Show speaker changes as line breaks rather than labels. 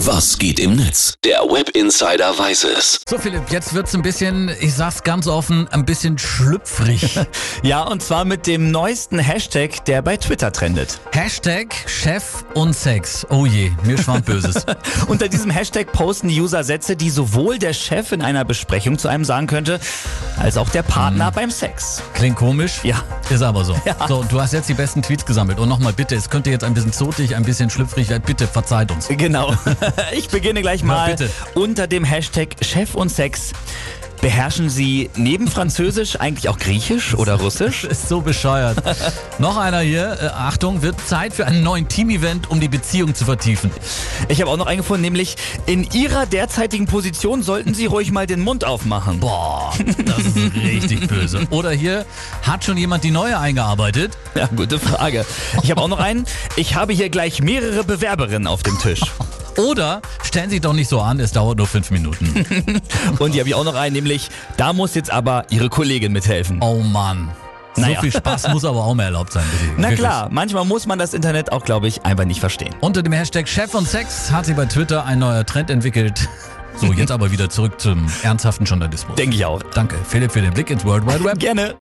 Was geht im Netz? Der Web Insider weiß es.
So Philipp, jetzt wird's ein bisschen, ich sag's ganz offen, ein bisschen schlüpfrig.
Ja, und zwar mit dem neuesten Hashtag, der bei Twitter trendet.
Hashtag Chef und Sex. Oh je, mir schwant Böses.
Unter diesem Hashtag posten die User Sätze, die sowohl der Chef in einer Besprechung zu einem sagen könnte, als auch der
Mhm.
Partner beim Sex.
Klingt komisch.
Ja.
Ist aber so. So, und du hast jetzt die besten Tweets gesammelt. Und nochmal bitte, es könnte jetzt ein bisschen zotig, ein bisschen schlüpfrig werden. Bitte verzeiht uns.
Genau. Ich beginne gleich mal
bitte.
unter dem Hashtag Chef und Sex. Beherrschen Sie neben Französisch eigentlich auch Griechisch oder Russisch?
Ist so bescheuert. Noch einer hier. Äh, Achtung, wird Zeit für einen neuen Team-Event, um die Beziehung zu vertiefen.
Ich habe auch noch eingefunden, nämlich in Ihrer derzeitigen Position sollten Sie ruhig mal den Mund aufmachen.
Boah, das ist richtig böse. Oder hier, hat schon jemand die neue eingearbeitet?
Ja, gute Frage. Ich habe auch noch einen. Ich habe hier gleich mehrere Bewerberinnen auf dem Tisch.
Oder stellen Sie doch nicht so an, es dauert nur fünf Minuten.
Und hier habe ich auch noch einen, nämlich da muss jetzt aber Ihre Kollegin mithelfen.
Oh Mann. So
Naja.
viel Spaß muss aber auch mal erlaubt sein. Bitte.
Na
Wirklich.
klar, manchmal muss man das Internet auch, glaube ich, einfach nicht verstehen.
Unter dem Hashtag Chef und Sex hat sie bei Twitter ein neuer Trend entwickelt. So, jetzt aber wieder zurück zum ernsthaften Journalismus.
Denke ich auch.
Danke, Philipp, für den Blick ins World Wide Web.
Gerne.